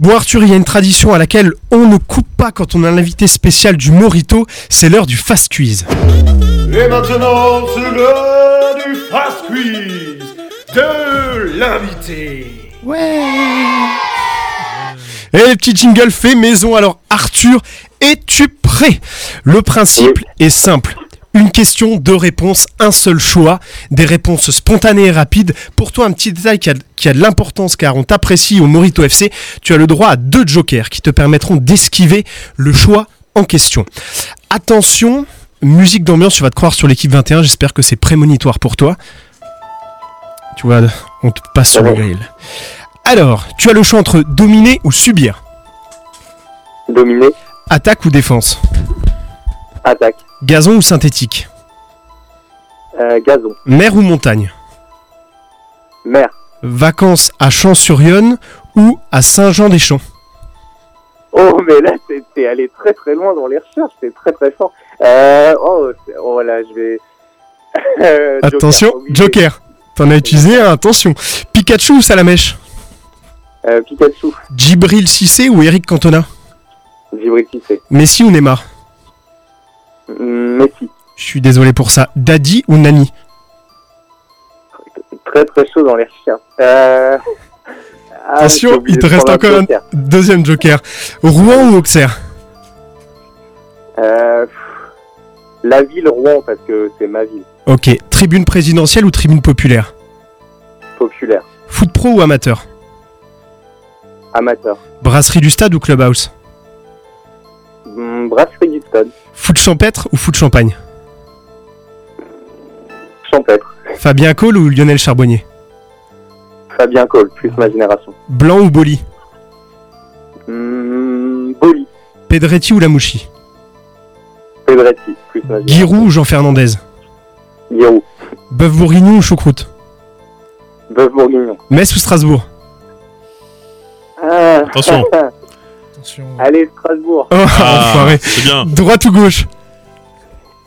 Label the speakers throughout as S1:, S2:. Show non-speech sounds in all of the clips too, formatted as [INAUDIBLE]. S1: Bon Arthur, il y a une tradition à laquelle on ne coupe pas quand on a l'invité spécial du Morito, c'est l'heure du fast quiz.
S2: Et maintenant, c'est l'heure du fast quiz de l'invité.
S1: Et le petit jingle fait maison, alors Arthur, es-tu prêt Le principe est simple. Une question, deux réponses, un seul choix, des réponses spontanées et rapides. Pour toi, un petit détail qui a, qui a de l'importance car on t'apprécie au Morito FC, tu as le droit à deux jokers qui te permettront d'esquiver le choix en question. Attention, musique d'ambiance, tu vas te croire sur l'équipe 21, j'espère que c'est prémonitoire pour toi. Tu vois, on te passe sur le grill. Alors, tu as le choix entre dominer ou subir,
S3: Dominé,
S1: attaque ou défense,
S3: attaque,
S1: gazon ou synthétique,
S3: euh, gazon,
S1: mer ou montagne,
S3: mer,
S1: vacances à Champs-sur-Yonne ou à Saint-Jean-des-Champs.
S3: Oh, mais là, t'es- t'es allé très très loin dans les recherches, c'est très très fort. Euh, oh, c'est- oh là, je vais. [LAUGHS] Euh, Joker,
S1: Attention,
S3: obligé.
S1: Joker, t'en as utilisé un, attention. Pikachu ou Salamèche
S3: Euh, Pikachu,
S1: Djibril Cissé ou Eric Cantona
S3: Djibril Cissé,
S1: Messi ou Neymar
S3: Mm, Messi.
S1: Je suis désolé pour ça. Daddy ou Nani
S3: Très très chaud dans les recherches. Euh... ah,
S1: Attention,
S3: j'ai oublié
S1: il te
S3: de
S1: reste
S3: prendre
S1: encore un-
S3: Joker.
S1: Deuxième Joker. Rouen ou Auxerre
S3: Euh, pff, La ville Rouen, parce que c'est ma ville
S1: Ok. Tribune présidentielle ou tribune populaire
S3: populaire,
S1: Foot pro ou amateur
S3: amateur.
S1: Brasserie du stade ou clubhouse
S3: Mm, Brasserie du Stade,
S1: Foot champêtre ou foot champagne
S3: champêtre,
S1: Fabien Cole ou Lionel Charbonnier
S3: Fabien Cole, plus ma génération.
S1: Blanc ou Boli
S3: Mm, Boli,
S1: Pedretti ou Lamouchi
S3: Pedretti, plus ma génération.
S1: Giroud ou Jean Fernandez
S3: Giroud,
S1: Bœuf bourguignon ou choucroute
S3: Bœuf Bourguignon.
S1: Metz ou Strasbourg
S3: Ah,
S4: Attention.
S5: Attention.
S3: [LAUGHS] allez, Strasbourg,
S1: Oh,
S4: Ah,
S1: enfoiré.
S4: c'est bien.
S1: Droite ou gauche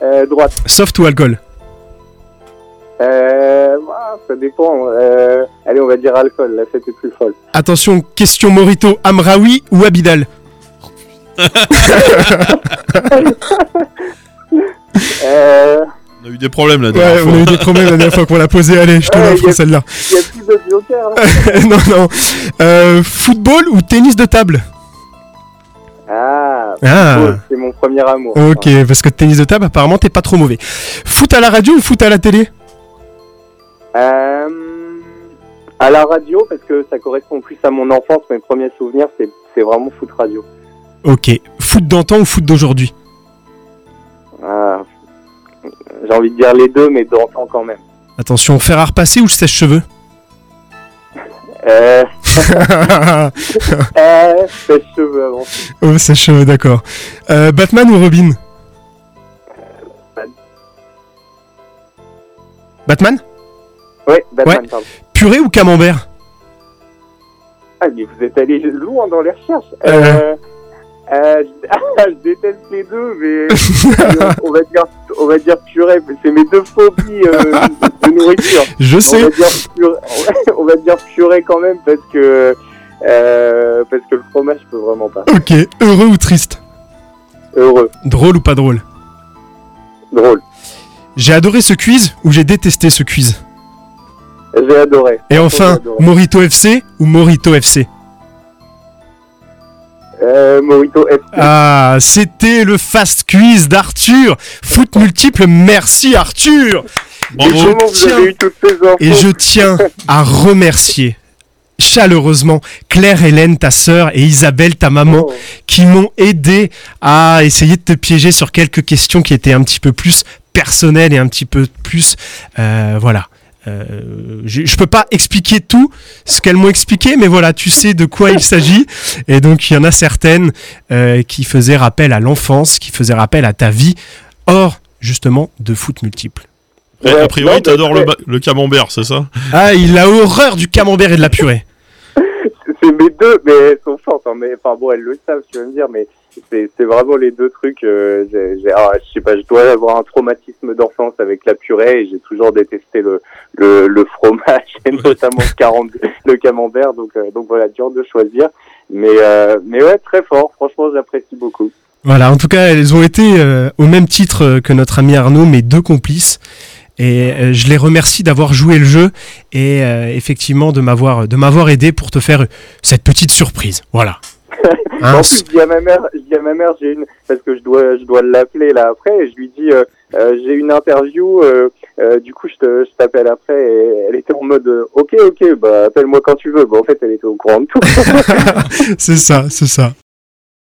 S3: euh, droite.
S1: Soft ou alcool
S3: Euh, ouah, ça dépend. Euh, allez, on va dire alcool, la fête est plus folle.
S1: Attention, question Morito, Amraoui ou Abidal
S3: Euh,
S4: On a eu des problèmes là.
S1: Ouais,
S4: dernière
S1: on a
S4: fois.
S1: eu des problèmes la dernière fois qu'on l'a posé, allez, je te
S3: Ouais, y
S1: l'offre
S3: a-
S1: celle-là.
S3: Il y a plus de joker, là.
S1: [LAUGHS] non, non. Euh, football ou tennis de table
S3: Ah,
S1: Ah,
S3: football, c'est mon premier amour.
S1: ok, parce que tennis de table, apparemment, t'es pas trop mauvais. Foot à la radio ou foot à la télé
S3: Euh, à la radio, parce que ça correspond plus à mon enfance, mes premiers souvenirs, c'est, c'est vraiment foot radio.
S1: Ok. Foot d'antan ou foot d'aujourd'hui
S3: Ah, j'ai envie de dire les deux, mais d'antan quand même.
S1: Attention, fer à repasser ou [LAUGHS] sèche-cheveux
S3: Euh, [LAUGHS] euh, sèche-cheveux avant.
S1: Oh, sèche-cheveux, d'accord. Euh, Batman ou Robin Batman
S3: Ouais, Batman,
S1: Ouais.
S3: pardon.
S1: Purée ou camembert [LAUGHS]
S3: Ah, mais vous êtes allé loin dans les recherches.
S1: Euh.
S3: Euh, euh, [LAUGHS] je déteste les deux, mais euh, on va dire, on va dire purée. mais C'est mes deux phobies euh, de nourriture.
S1: Je
S3: On
S1: sais.
S3: va, dire purée, [LAUGHS] on va dire purée quand même parce que euh, parce que le fromage je peux vraiment pas.
S1: Ok. Heureux ou triste
S3: Heureux,
S1: Drôle ou pas drôle
S3: drôle.
S1: J'ai adoré ce quiz ou j'ai détesté ce quiz
S3: J'ai adoré.
S1: Et
S3: j'ai
S1: enfin,
S3: adoré.
S1: Morito FC ou Morito FC
S3: Euh, Morito F.
S1: Ah, c'était le fast quiz d'Arthur. Foot multiple, merci Arthur
S3: Mais
S4: Bravo.
S3: comment vous
S1: tiens.
S3: avez eu toutes ces infos
S1: Et je tiens à remercier chaleureusement Claire, Hélène, ta sœur, et Isabelle, ta maman,
S3: Oh,
S1: qui m'ont aidé à essayer de te piéger sur quelques questions qui étaient un petit peu plus personnelles et un petit peu plus euh, voilà. Euh, je, je peux pas expliquer tout ce qu'elles m'ont expliqué, mais voilà, tu sais de quoi il s'agit. Et donc il y en a certaines euh, qui faisaient rappel à l'enfance, qui faisaient rappel à ta vie, hors justement de foot multiple.
S4: Eh,
S3: Ouais,
S4: a priori,
S3: non,
S4: t'adores
S3: mais-
S4: le, ba- le camembert, c'est ça
S1: Ah, il a horreur du camembert et de la purée.
S3: c'est mes deux, mais elles sont fortes. hein, mais enfin bon, elles le savent, tu vas me dire, mais c'est c'est vraiment les deux trucs. euh, j'ai- j'ai- ah, je sais pas, je dois avoir un traumatisme d'enfance avec la purée. et J'ai toujours détesté le le, le fromage et notamment le, caram- le camembert. Donc euh, donc voilà, dur de choisir. Mais euh, mais ouais, très fort. Franchement, j'apprécie beaucoup.
S1: Voilà, en tout cas, elles ont été euh, au même titre euh, que notre ami Arnaud, mes deux complices. Et euh, je les remercie d'avoir joué le jeu et euh, effectivement de m'avoir de m'avoir aidé pour te faire cette petite surprise. Voilà. Hein,
S3: en plus, je dis à ma mère, je dis à ma mère, j'ai une, parce que je dois, je dois l'appeler là après, et je lui dis, euh, euh, j'ai une interview, euh, euh, du coup, je te, je t'appelle après, et elle était en mode, euh, ok, ok, bah, appelle-moi quand tu veux. Bah, en fait, elle était au courant de tout.
S1: c'est ça, c'est ça.